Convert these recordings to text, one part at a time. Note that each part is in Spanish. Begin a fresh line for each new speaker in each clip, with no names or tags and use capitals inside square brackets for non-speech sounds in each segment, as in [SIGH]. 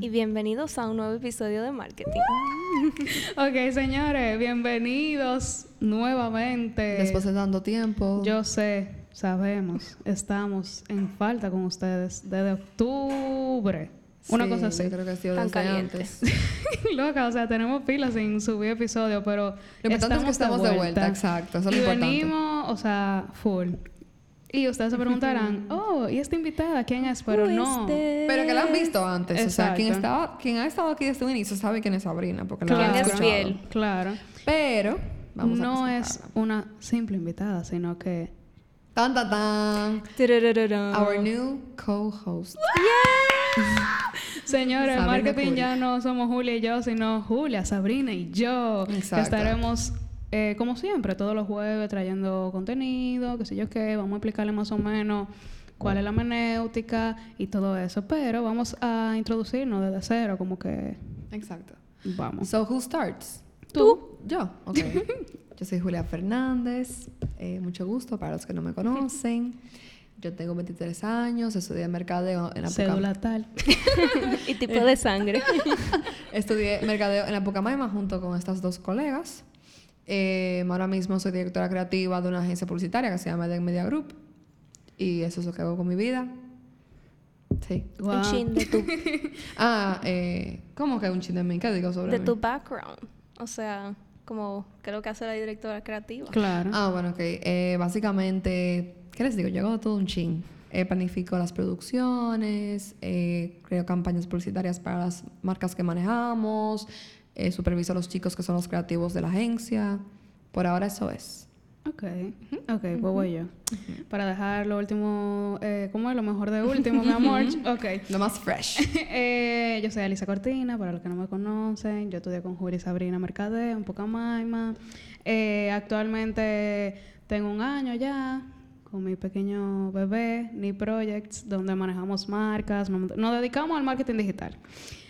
y bienvenidos a un nuevo episodio de Marketing.
Ok, señores, bienvenidos nuevamente.
Después de tanto tiempo.
pues, Yo sé, sabemos, estamos en falta con ustedes desde octubre. Una
Sí,
cosa así.
Yo creo que ha sido
Tan
desde
caliente.
antes.
[LAUGHS] Loca, o sea, tenemos pilas sin subir episodio, pero.
Lo importante es que estamos de vuelta, exacto. Eso es
y
lo importante.
venimos, o sea, full. Y ustedes se
[LAUGHS]
preguntarán, oh, ¿y esta invitada quién es? Pero
Pues
Who is
no.
this?
Pero que la han visto antes. O sea, quien,
Exacto.
estaba, quien ha estado aquí desde un inicio sabe quién es Sabrina, porque la
Claro.
han
¿Quién es
escuchado.
fiel?
Claro.
Pero, vamos
no
a
es una simple invitada, sino que.
presentarla. Tan, tan, tan.
Tururururú.
[LAUGHS]
Our new co-host.
Señores,
Sabrina
marketing
Curie.
ya no somos Julia y yo, sino Julia, Sabrina y yo. que
Exacto.
estaremos, eh, como siempre, todos los jueves trayendo contenido, qué sé yo qué. Vamos a explicarle más o menos cuál es la hermenéutica y todo eso. Pero vamos a introducirnos desde cero, como que
Exacto.
vamos.
So, who starts?
Tú.
Yo, [LAUGHS] ok. Yo soy Julia Fernández, eh, mucho gusto para los que no me conocen. Yo tengo 23 años, estudié mercadeo en
Cédula tal.
Apucamaima.
y tipo de
[LAUGHS]
sangre.
Estudié mercadeo en Apucamaima junto con estas dos colegas. Eh, ahora mismo soy directora creativa de una agencia publicitaria que se llama Eden Media Group. Y eso es lo que hago con mi vida. Sí.
Un
Guau. [LAUGHS]
chin de tu,
Ah, eh, ¿cómo que un chin de mí? ¿Qué digo sobre
de
mí?
tu background. O sea, como creo que hace la directora creativa.
Claro.
Ah, bueno, ok. Eh, básicamente, ¿qué les digo? Yo hago todo un chin. Eh, planifico las producciones, eh, creo campañas publicitarias para las marcas que manejamos, eh, superviso a los chicos que son los creativos de la agencia. Por ahora eso es.
Ok, ok, pues voy yo. Para dejar lo último, eh, ¿cómo es lo mejor de último, mi amor? Ok.
Lo más
[LAUGHS]
fresh.
[LAUGHS]
Eh, yo soy Alisa Cortina, para los que no me conocen, yo estudié con Juli Sabrina Mercadeo en Pocamaima. Eh, actualmente tengo un año ya con mi pequeño bebé, Ni Projects, donde manejamos marcas, nos, nos dedicamos al marketing digital.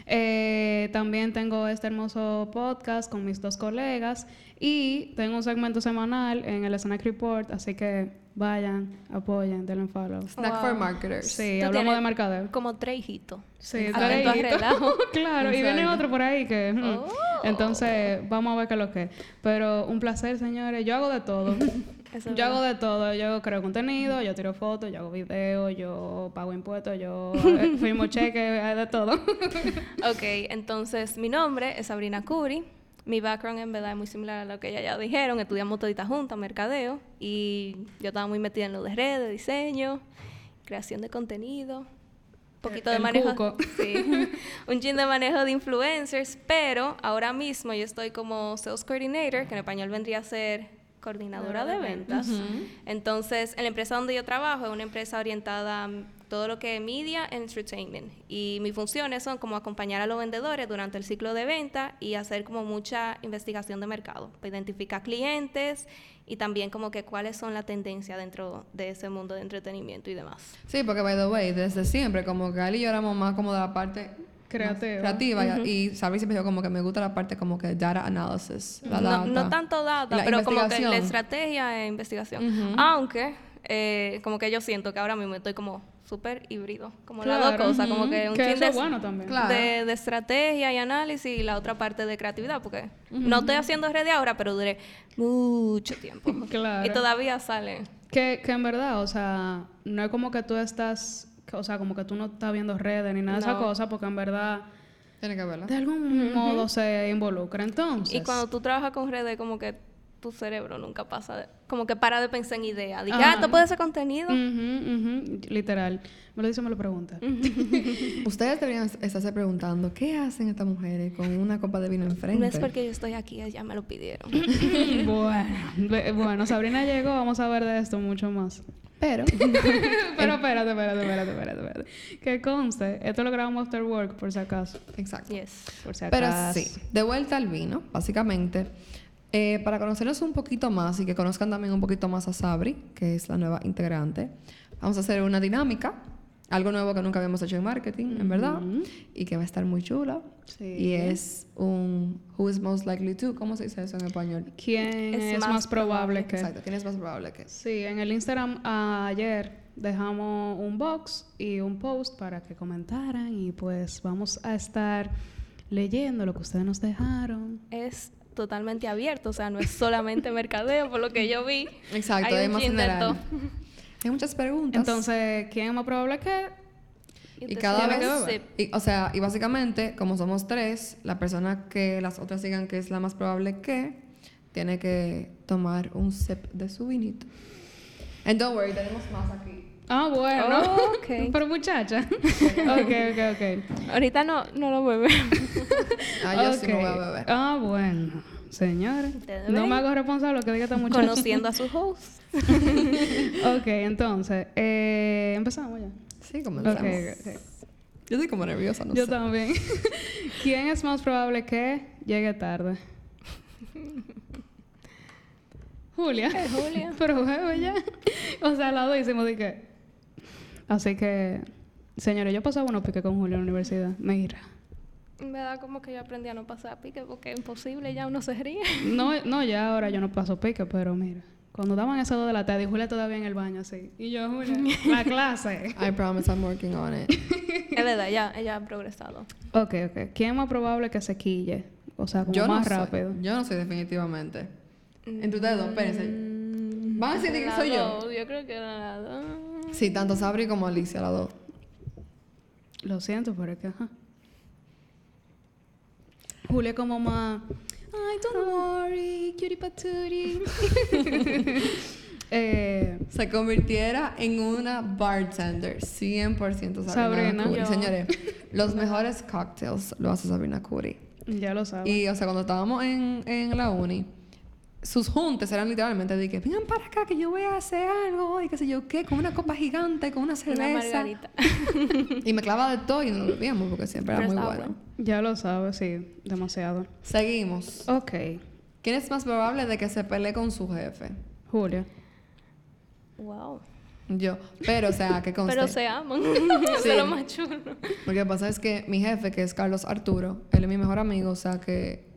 Eh, también tengo este hermoso podcast con mis dos colegas y tengo un segmento semanal en el Snack Report, así que vayan, apoyen, denle un follow.
Snack
Wow.
for marketers.
Sí,
Tú
hablamos
tienes
de mercadeo.
Como tres hijitos.
Sí,
Ah,
dale
entonces
hijito. [LAUGHS]
relajo.
claro, y viene
Exacto.
otro por ahí que... mm.
Oh.
Entonces, vamos a ver qué es lo que es. Pero un placer, señores. Yo hago de todo.
[LAUGHS] Eso es
yo hago de todo. Yo creo contenido, yo tiro fotos, yo hago videos, yo pago impuestos,
[LAUGHS]
yo eh, firmo cheques, eh, de todo. [LAUGHS]
Ok, entonces mi nombre es Sabrina Curi. Mi background en verdad es muy similar a lo que ellas ya dijeron. Estudiamos todita juntas, mercadeo. Y yo estaba muy metida en lo de redes, diseño, creación de contenido. Un poquito de
El
manejo.
cuco.
[LAUGHS] Sí. un chin de manejo de influencers. Pero ahora mismo yo estoy como sales coordinator, que en español vendría a ser coordinadora de ventas. Entonces, en la empresa donde yo trabajo es una empresa orientada a todo lo que es media and entertainment. Y mis funciones son como acompañar a los vendedores durante el ciclo de venta y hacer como mucha investigación de mercado, para identificar clientes y también como que cuáles son las tendencias dentro de ese mundo de entretenimiento y demás.
Sí, porque by the way, desde siempre, como que Ali y yo éramos más como de la parte
Creativa.
más creativa. y- Y Sabri siempre dijo como que me gusta la parte como que data analysis. la
No,
data.
no tanto data,
La
pero como que la
investigación.
estrategia e investigación. Aunque, eh, como que yo siento que ahora mismo estoy como súper híbrido, como las dos
Claro,
cosas, como
ujú.
que un
Que
chin
eso
de-
es bueno también.
Claro.
de, de estrategia y análisis y la otra parte de creatividad, porque no estoy haciendo redes ahora, pero duré mucho tiempo.
[LAUGHS]
Claro.
Y todavía sale.
Que, que en verdad, o sea, no es como que tú estás... O sea, como que tú no estás viendo redes ni nada de esa
No.
cosa, porque en verdad...
Tiene que verla.
De algún modo se involucra. Entonces...
Y cuando tú trabajas con redes, como que tu cerebro nunca pasa, de- como que para de pensar en ideas. Dije, ah,
Ajá.
esto puede ser contenido.
Mm.
Ujú, ujú, Literal. Me lo dice, me lo pregunta.
Ustedes deberían estarse preguntando, ¿qué hacen estas mujeres con una copa de vino enfrente?
No es porque yo estoy aquí, ya me lo pidieron.
[LAUGHS] bueno, le- bueno, Sabrina llegó, vamos a ver de esto mucho
[LAUGHS]
más.
Pero,
Pero espérate, espérate, espérate, espérate, espérate. Que conste, esto lo grabamos after work, por si acaso.
exacto.
yes.
Por si
Pero
acaso.
sí, de vuelta al vino, básicamente. Eh, para conocernos un poquito más y que conozcan también un poquito más a Sabri, que es la nueva integrante, vamos a hacer una dinámica algo nuevo que nunca habíamos hecho en marketing, en verdad, y que va a estar muy chula.
Sí.
Y es un Who is most likely to, ¿cómo se dice eso en español?
¿Quién
Es
es,
más
más, probable que?
Exacto, ¿quién es más probable que es?
Sí, en el Instagram ayer dejamos un box y un post para que comentaran y pues vamos a estar leyendo lo que ustedes nos dejaron.
Es totalmente abierto, o sea, no
[LAUGHS]
es solamente mercadeo, por lo que yo vi.
Exacto,
Hay
es
un
más
chin de
general.
todo.
Hay muchas preguntas.
Entonces, ¿quién es más probable que?
Y
te
cada
sirve
vez,
que beba.
y- o sea, y básicamente, como somos tres, la persona que las otras digan que es la más probable que, tiene que tomar un sip de su vinito. And don't worry, tenemos más aquí.
Ah, bueno.
Oh,
[LAUGHS]
[LAUGHS]
Ok.
Pero muchacha. ok, ok, ok.
Ahorita no, no lo
[LAUGHS]
bebemos.
Ah, yo sí me voy a
Ok.
beber.
Ah, bueno. Señores,
Ustedes
no
ven.
me hago responsable de lo que diga esta muchacha. [LAUGHS]
Conociendo a su host.
ok, entonces, eh, empezamos ya.
Sí,
Ok,
comenzamos.
ok.
Yo estoy como nerviosa, no
Yo
sé.
también. [LAUGHS] ¿Quién es más probable que llegue tarde? Julia.
Julia.
[LAUGHS] Pero huevo ya. O sea, la dos hicimos de que. Así que, señores, yo pasaba unos piques con Julia en la universidad. Mira.
Me da como que yo aprendí a no pasar pique porque es imposible, ya uno se ríe.
No, no, ya ahora yo no paso pique, pero mira. Cuando daban esas dos de la tarde y Julia todavía en el baño así. Y yo, Julia, la clase.
I promise I'm working
[LAUGHS]
on it.
[LAUGHS] Es verdad, ya, ella ha progresado.
Ok, ok. ¿Quién es más probable que se quille? O sea, como
yo
más
no soy-
rápido.
yo no soy definitivamente.
Mm.
En tus dedos, espérense.
Mm.
¿Van a decir que
La
soy yo?
dos, Yo creo que era la dos.
Sí, tanto Sabri como Alicia, las dos.
Lo siento, pero es que ajá. Julia como más. Ay, don't worry, cutie patootie. eh,
se convirtiera en una bartender 100% Sabrina,
Sabrina.
Curry.
Yo.
Señores, los mejores cocktails lo hace Sabrina Curry.
ya lo sabes.
Y, o sea, cuando estábamos en, en la uni, sus juntas eran literalmente de que vengan para acá que yo voy a hacer algo y qué sé yo qué, con una copa gigante, con una
[LAUGHS] Una
cerveza.
margarita.
y me clava de todo y nos lo bebíamos porque siempre era
Pero
muy
estaba
bueno.
Ya lo sabes, sí, demasiado.
Seguimos.
Ok,
¿Quién es más probable de que se pelee con su jefe?
Julia.
[LAUGHS] Wow.
Yo. Pero, o sea, que conste.
Pero
[LAUGHS]
se aman. [LAUGHS] Eso
Sí.
es lo más chulo.
Lo que pasa es que mi jefe, que es Carlos Arturo, él es mi mejor amigo, o sea que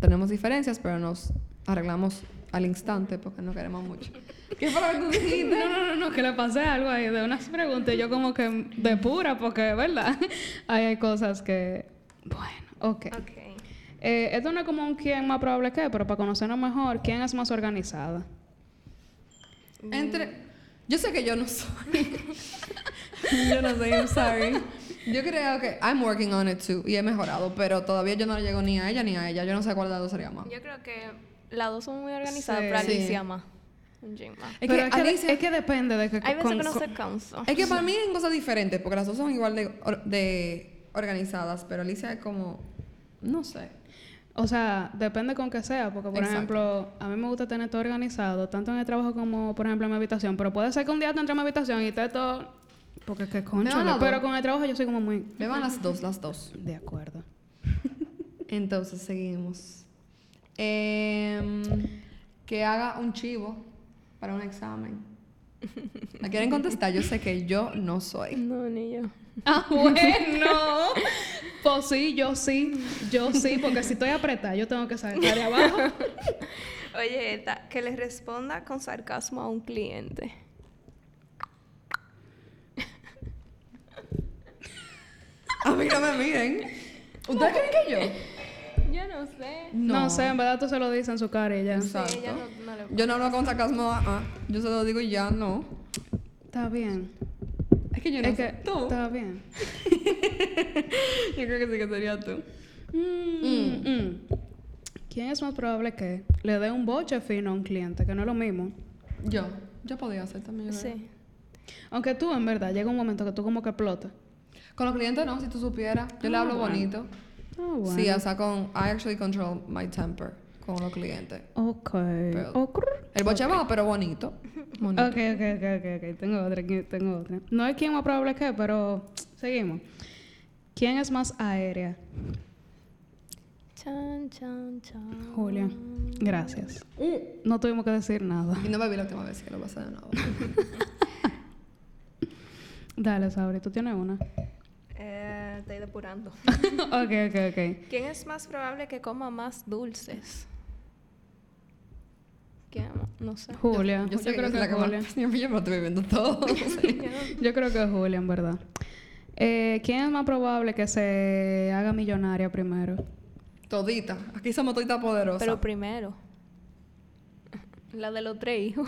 tenemos diferencias, pero nos arreglamos al instante porque no queremos mucho. [LAUGHS] ¿Qué para que tú dijiste?
No, no, no, no, que le pasé algo ahí de unas preguntas. Yo como que de pura, porque, ¿verdad? [LAUGHS] Ahí hay cosas que... Bueno, ok.
Ok.
Eh, esto no es como un quién más probable que, pero para conocernos mejor, ¿quién es más organizada?
Entre. Yo sé que yo no soy. [LAUGHS] yo no soy, I'm sorry. Yo creo que I'm working on it too y he mejorado, pero todavía yo no le llego ni a ella ni a ella. Yo no sé cuál de las dos sería más.
Yo creo que las dos son muy organizadas,
Sí.
pero Alicia
Sí.
más. Un gym más.
Es,
Pero
que, es, que,
Alicia-
es que depende de que...
Hay veces
con-
que no
con-
se cansa.
Es que para mí son cosas diferentes porque las dos son igual de, or- de organizadas, pero Alicia es como. No sé.
O sea, depende con que sea, porque por
Exacto.
ejemplo, a mí me gusta tener todo organizado, tanto en el trabajo como por ejemplo en mi habitación, pero puede ser que un día te entre a mi habitación y esté todo... Porque qué concho,
van las dos.
pero con el trabajo yo soy como muy...
Me van las dos, las dos.
De acuerdo.
Entonces seguimos. Em, que haga un chivo para un examen. ¿La quieren contestar? Yo sé que yo no soy.
No, ni yo.
[LAUGHS] Ah, bueno. pues sí, yo sí, yo sí, porque si estoy apretada, yo tengo que sacar de abajo.
Oye, esta, que les responda con sarcasmo a un cliente.
A mí no me miren. ¿Ustedes creen que yo?
Yo no sé.
No. sé, en verdad tú se lo dices en su cara y ya.
Exacto.
ella no- no le
yo no hablo con sarcasmo. ah, ah. Yo se lo digo y ya no.
Está bien.
Es que yo no
Es que
sé. Tú.
está bien.
Yo creo que sí que sería tú.
Mm, mm. ¿Quién es más probable que le dé un boche fino a un cliente? Que no es lo mismo.
Yo. Yo podía hacer también. ¿verdad?
Sí.
Aunque tú, en verdad, llega un momento que tú como que explotas.
Con los clientes no, si tú supieras. Yo le
Ah,
hablo
bueno.
bonito.
Ah, bueno.
Sí, o sea, con... I actually control my temper con los clientes.
Ok.
Pero-
Ok.
El boche va, pero bonito. Bonito.
Ok, ok, ok, ok, ok. Tengo otra, aquí tengo otra. No es quién más probable que, pero seguimos. ¿Quién es más aérea?
Chan, chan, chan.
Julia. Gracias. No tuvimos que decir nada.
Y no bebí la última vez que lo pasé de nuevo.
Dale, Sauri, tú tienes [LAUGHS] una.
Eh, estoy [LAUGHS] depurando.
ok, ok, ok.
¿Quién es más probable que coma más dulces? ¿Quién? No sé.
[LAUGHS] Julia. Yo,
sé
creo
yo
que,
soy la
Julia.
más- Yo me lo estoy
[LAUGHS]
bebiendo todo.
Yo creo que es Julia, en verdad. Eh, ¿Quién es más probable que se haga millonaria primero?
Todita. Aquí somos todita poderosa.
Pero primero. La de los tres hijos.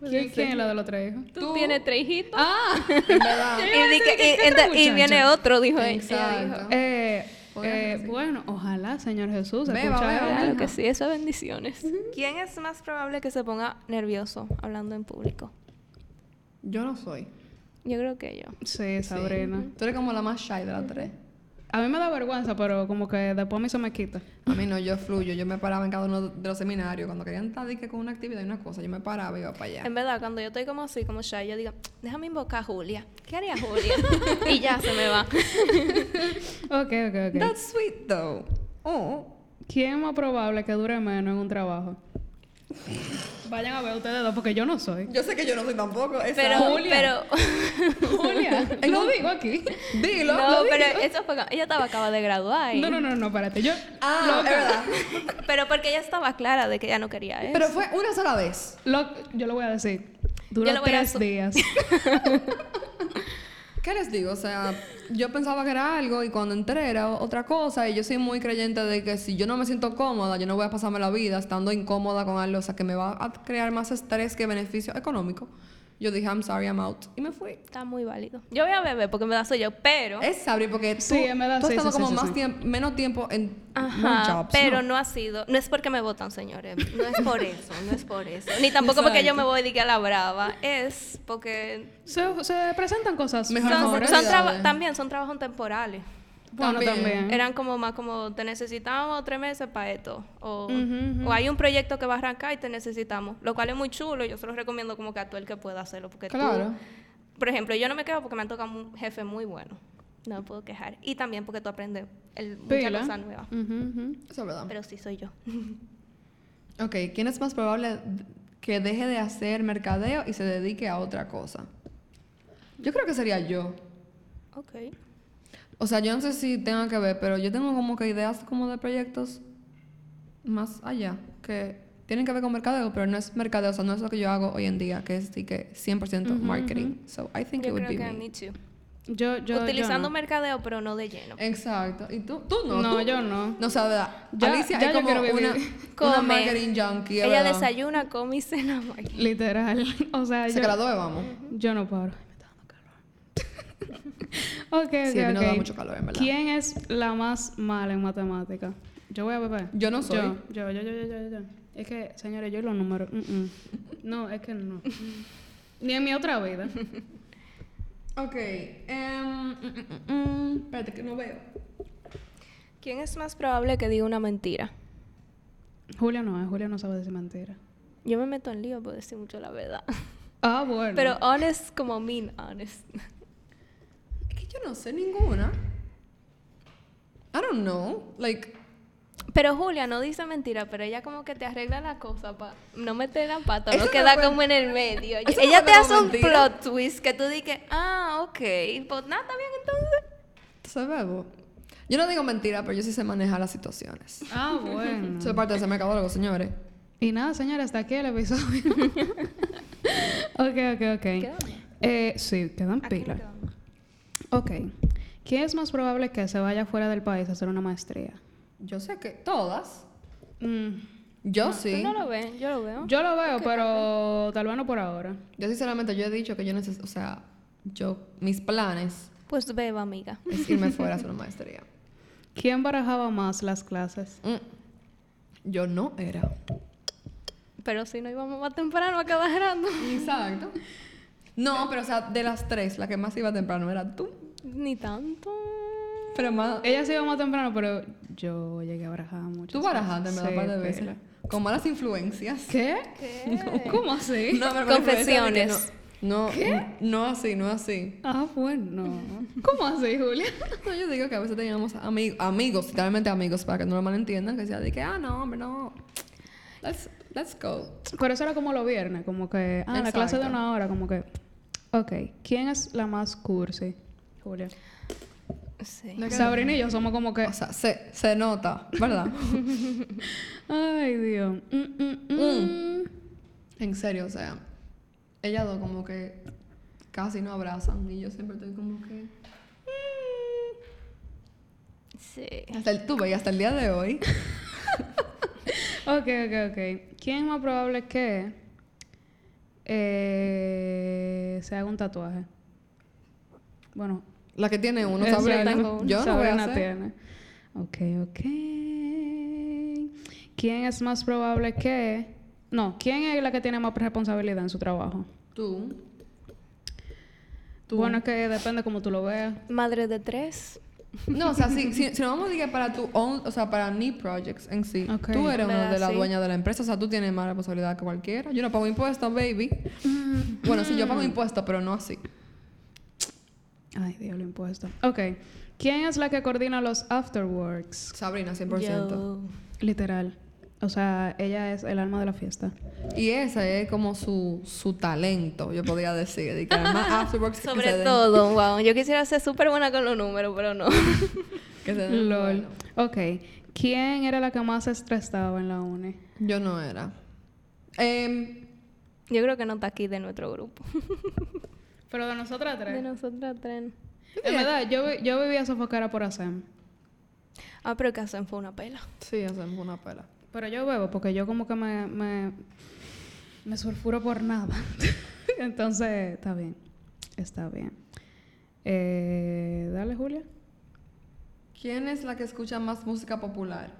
¿Quién, quién es la de los tres hijos?
Tú,
Tú.
tienes tres hijitos.
Ah, en
[LAUGHS]
verdad.
y, di que- y- ento- y
muchacha.
viene otro, dijo él.
Exacto.
Eh,
Podría
eh,
ser así.
bueno, ojalá, señor Jesús,
Beba,
escucha
beba,
esto.
Claro
Ajá.
que sí, esas bendiciones. ¿Quién es más probable que se ponga nervioso hablando en público?
Yo no soy.
Yo creo que yo.
Sí,
Sí.
Sabrina.
Tú eres como la más shy de las tres.
A mí me da vergüenza, pero como que después a mí se me quita.
A mí no, yo fluyo. Yo me paraba en cada uno de los seminarios. Cuando querían estar di que con una actividad y una cosa, yo me paraba y iba para
Em,
allá.
En verdad, cuando yo estoy como así, como shy, yo digo, déjame invocar a Julia. ¿Qué haría Julia? [LAUGHS] y ya se me [LAUGHS] va.
Ok, ok, ok.
That's sweet, though. Oh.
¿Quién es más probable que dure menos en un trabajo? [LAUGHS] Vayan a ver ustedes dos, porque yo no
[LAUGHS]
soy.
Yo sé que yo no soy tampoco. esa-
Pero,
Julia.
pero,
[LAUGHS] Julia, lo digo aquí.
Dilo.
[LAUGHS] no,
lo
pero
dilo.
eso fue, cuando- ella estaba acaba de graduar. y-
No, no, no, no, espérate. Yo,
Ah, es verdad.
Pero porque ella estaba clara de que ella no quería eso.
Pero fue una sola vez.
lo- yo lo voy a decir. Duró
Yo lo voy a
tres
su-
días.
¿Qué les digo? O sea, yo pensaba que era algo y cuando entré era otra cosa y yo soy muy creyente de que si yo no me siento cómoda, yo no voy a pasarme la vida estando incómoda con algo, o sea, que me va a crear más estrés que beneficio económico. Yo dije, I'm sorry, I'm out. Y me fui.
Está muy válido. Yo voy a beber porque me da soy yo, pero...
Es sabri porque tú,
Sí, en verdad,
tú has
sí,
estado
sí,
como
sí, sí,
más
sí.
tiempo, menos tiempo en
Ajá,
jobs.
pero no. ha sido, no es porque me votan, señores, no es por eso, no es por eso, ni tampoco porque yo
Exacto.
me voy de que a la brava, es porque
se, se presentan cosas
Mejor
son,
no.
mejores.
son
Prioridades.
traba- también son trabajos temporales,
Bueno,
También.
también.
eran como más como te necesitamos tres meses para esto, o,
Ujú, ujú.
o hay un proyecto que va a arrancar y te necesitamos, lo cual es muy chulo, yo se los recomiendo como que a todo el que pueda hacerlo, porque tú-
Claro.
por ejemplo, yo no me quejo porque me han tocado un jefe muy bueno, no me puedo quejar, y también porque tú aprendes el, muchas
Pila.
cosas nuevas,
Ujú, ujú.
Eso es verdad.
pero sí soy yo. [LAUGHS]
Ok, ¿quién es más probable que deje de hacer mercadeo y se dedique a otra cosa? Yo creo que sería yo.
Ok.
O sea, yo no sé si tenga que ver, pero yo tengo como que ideas como de proyectos más allá, que tienen que ver con mercadeo, pero no es mercadeo, o sea, no es lo que yo hago hoy en día, que es sí que 100% marketing. So, I think it
Yo
would
creo
be me.
que me too.
Yo, yo,
Utilizando
yo no.
mercadeo, pero no de
Eh,
lleno.
Exacto. ¿Y tú? ¿Tú no?
No,
tú-
yo no.
No, o sea, de verdad.
Ya-
Alicia
ya
es
yo
como
quiero [LAUGHS]
una,
vivir.
Come.
una marketing junkie, es
Ella
verdad.
desayuna, come y cena. [LAUGHS] Maggie.
Literal. [LAUGHS] O sea,
Se
yo,
graduó, vamos.
yo no paro. Ay, me está dando calor. [LAUGHS] ok,
Sí, a
ok,
mí no da
ok.
mucho calor, en verdad.
¿Quién es la más mala en matemática? Yo voy a beber.
Yo no soy.
Yo, yo, yo, yo, yo, yo. yo. Es que, señores, yo y los números. mm, mm. No, es que no. Ni en mi otra
[LAUGHS]
vida.
Ok. em, mm, mm, mm, mm. Espérate, que no veo.
¿Quién es más probable que diga una mentira?
Julia no, eh, Julia no sabe decir mentira.
Yo me meto en lío por decir mucho
[LAUGHS]
la verdad.
Ah, bueno.
Pero honest como mean honest. [LAUGHS]
Es que yo no sé ninguna. I don't know. Like,
Pero Julia no dice mentira, pero ella como que te arregla la cosa para no meter la pata,
Eso
no
no
queda
fue-
como en el medio.
Eso no
ella
fue
te
como
hace un
mentira.
plot twist que tú dices, ah, ok, pues nada, está bien entonces.
se bebo. Yo no digo mentira, pero yo sí sé manejar las situaciones.
Ah,
Mm.
bueno.
Soy parte de ese mercadólogo, señores.
Y nada, señores, hasta aquí el episodio. ok, ok, ok.
¿Queda más?
Eh, sí, quedan
Aquí no
pilas.
queda más.
Ok. ¿Qué es más probable que se vaya fuera del país a hacer una maestría?
Yo sé que todas.
Mm,
Yo sí.
Tú no lo ves, yo lo veo.
Yo lo veo, pero tal vez no por ahora.
Yo sinceramente yo he dicho que yo necesito, o sea, yo mis planes
Pues beba, amiga.
es
[LAUGHS]
irme fuera a hacer una maestría.
¿Quién barajaba más las clases?
Mm. Yo no era.
Pero si no íbamos más temprano, acaba gerando.
Exacto. No, pero o sea, de las tres, la que más iba temprano era tú.
[LAUGHS] Ni tanto.
Pero más
Ella se iba más temprano, pero yo llegué a barajar mucho.
tú barajaste me da un par de veces con malas influencias.
¿Qué? ¿Cómo así?
No, pero me refiero a eso de que
Confesiones.
No, no, no así, no así.
Ah, bueno. ¿Cómo así, Julia?
No, yo digo que a veces teníamos ami- amigos, literalmente amigos, para que no lo malentiendan, que decían de que, ah, no, hombre, no. Let's, let's go.
Pero eso era como los viernes, como que, ah, la clase de
Exacto.
una hora, como que, Ok, ¿quién es la más cursi? Julia.
Sí.
Sabrina y yo somos como que...
O sea, se, se nota, ¿verdad? [LAUGHS]
Ay, Dios. Mm, mm, mm.
en serio, o sea, ellas dos como que casi no abrazan y yo siempre estoy como que...
Sí.
Hasta el, tú ve, y hasta el día de hoy.
Ok, ok, ok. ¿Quién es más probable que eh, se haga un tatuaje? Bueno,
La que tiene uno,
Eso
Sabrina.
es lo-
Yo no voy a
Sabrina
hacer.
tiene. Ok, ok. ¿Quién es más probable que... No, ¿quién es la que tiene más responsabilidad en su trabajo?
Tú.
Bueno, es que depende como tú lo veas.
Madre de tres.
No, o sea, si, si, si nos vamos a decir que para tu own, o sea, para ni projects en sí,
Ok.
tú eres una
¿Verdad?
de las
Sí.
dueñas de la empresa, o sea, tú tienes más responsabilidad que cualquiera. Yo no pago impuestos, baby. bueno, sí, yo pago impuestos, pero no así.
Ay, Dios, lo impuesto. Ok. ¿Quién es la que coordina los afterworks?
Sabrina, 100%.
Literal. O sea, ella es el alma de la fiesta.
Y ese es como su, su talento, yo podría decir. de que además afterworks que se
Sobre
den-
todo, wow. Yo quisiera ser súper buena con los números, pero [LAUGHS] no.
que se den-
LOL.
bueno,
Ok. ¿Quién era la que más estresaba en la UNE?
yo no era. Em,
Yo creo que no está aquí de nuestro grupo.
Pero de nosotras
De nosotras tres.
En verdad, yo, vi- yo vivía sofocara por ASEM.
Ah, pero que hacen fue una pela.
sí, hacemos una pela.
Pero yo bebo porque yo como que me, me, me sulfuro por nada. [LAUGHS] Entonces, está bien. Está bien. Eh, dale, Julia.
¿Quién es la que escucha más música popular?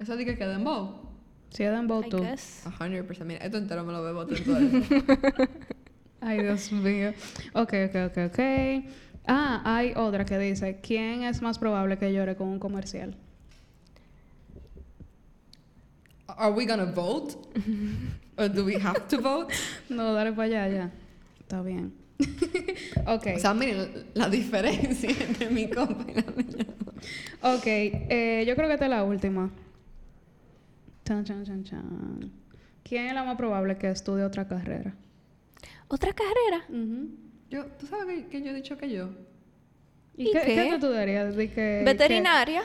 Eso dije que dembow.
Si es dembow
I
tú.
guess.
Ah. 100%. Mira, esto entero me lo bebo todo el día.
Ay, Dios mío. Ok, ok, ok, ok. Ah, hay otra que dice, ¿quién es más probable que llore con un comercial?
Are we gonna vote? Or do we have to vote?
No, dale para allá, ya. Está bien. [LAUGHS] ok.
O sea, miren la diferencia entre mi compa y la mía.
Ok, eh, yo creo que esta es la última. Chan, chan, chan, chan. ¿Quién es la más probable que estudie otra carrera?
¿Otra carrera?
Ujú.
Yo, ¿Tú sabes que, que yo he dicho que yo?
¿Y,
¿Y
qué,
qué?
qué tú estudiarías? Di que-
Veterinaria.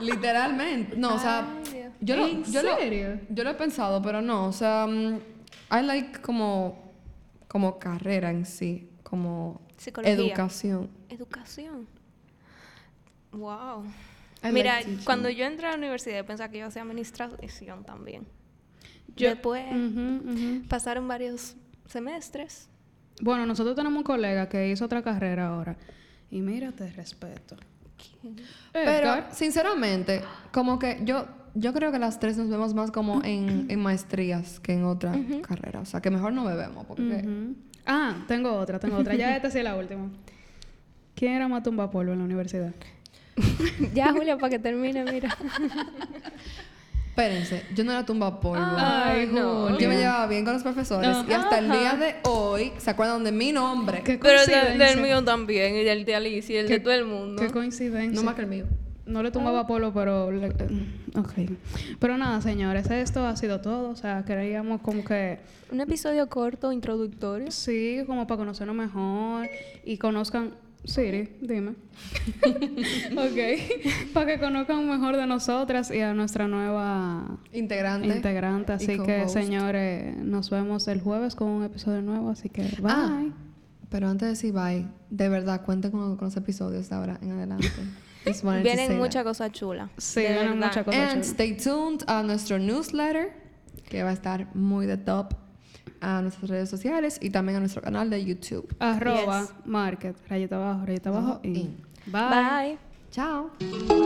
Literalmente. No, o sea,
Ay, Dios.
yo lo,
¿En
yo, lo,
serio?
yo lo he pensado, pero no. O sea, mm, I like como, como carrera en sí, como
Psicología.
educación.
Educación. Wow.
I like
Mira,
teaching.
cuando yo entré a la universidad yo pensaba que yo hacía administración también.
Yo- pues.
Después
que- Ujú, ujú.
pasaron varios semestres.
Bueno, nosotros tenemos un colega que hizo otra carrera ahora. Y mira, te respeto. Eh,
Pero,
Edgar.
sinceramente, como que yo, yo creo que las tres nos vemos más como en, en maestrías que en otra carrera. O sea, que mejor no bebemos, porque
Ujú. Ah, tengo otra, tengo otra. [LAUGHS] Ya esta sí es la última. ¿Quién era más tumbapolvo en la universidad?
ya, Julia, para que termine, mira.
Espérense, yo no era tumba polvo.
Ay, no.
Yo me llevaba bien con los profesores y hasta el día de hoy se acuerdan de mi nombre.
Qué
[LAUGHS] Pero de-
coincidencia.
del mío también, y del de Alicia, y el de
Qué-
todo el mundo.
Qué coincidencia.
No más que el mío.
No le
Ah.
tumbaba polo, pero... le- eh, ok. Pero nada, señores, esto ha sido todo. O sea, queríamos como que...
Un episodio corto, introductorio.
Sí, como para conocernos mejor y conozcan... Siri,
[LAUGHS]
dime. ok. para que conozcan mejor de nosotras y a nuestra nueva
Integrante.
integrante.
y
Así que,
co-host.
señores, nos vemos el jueves con un episodio nuevo. Así que, bye.
Ah, pero antes de decir bye, de verdad, cuenten con, con los episodios de ahora
[LAUGHS]
en adelante. Just wanted to say
Vienen
that.
muchas cosas chulas.
Sí,
de
vienen
verdad.
muchas cosas.
And
chulas.
stay tuned a nuestro newsletter, que va a estar muy de top, a nuestras redes sociales y también a nuestro canal de YouTube.
Arroba,
Yes.
market, rayita abajo, rayita abajo
Abajo,
y...
in.
Bye.
Chao.
Bye.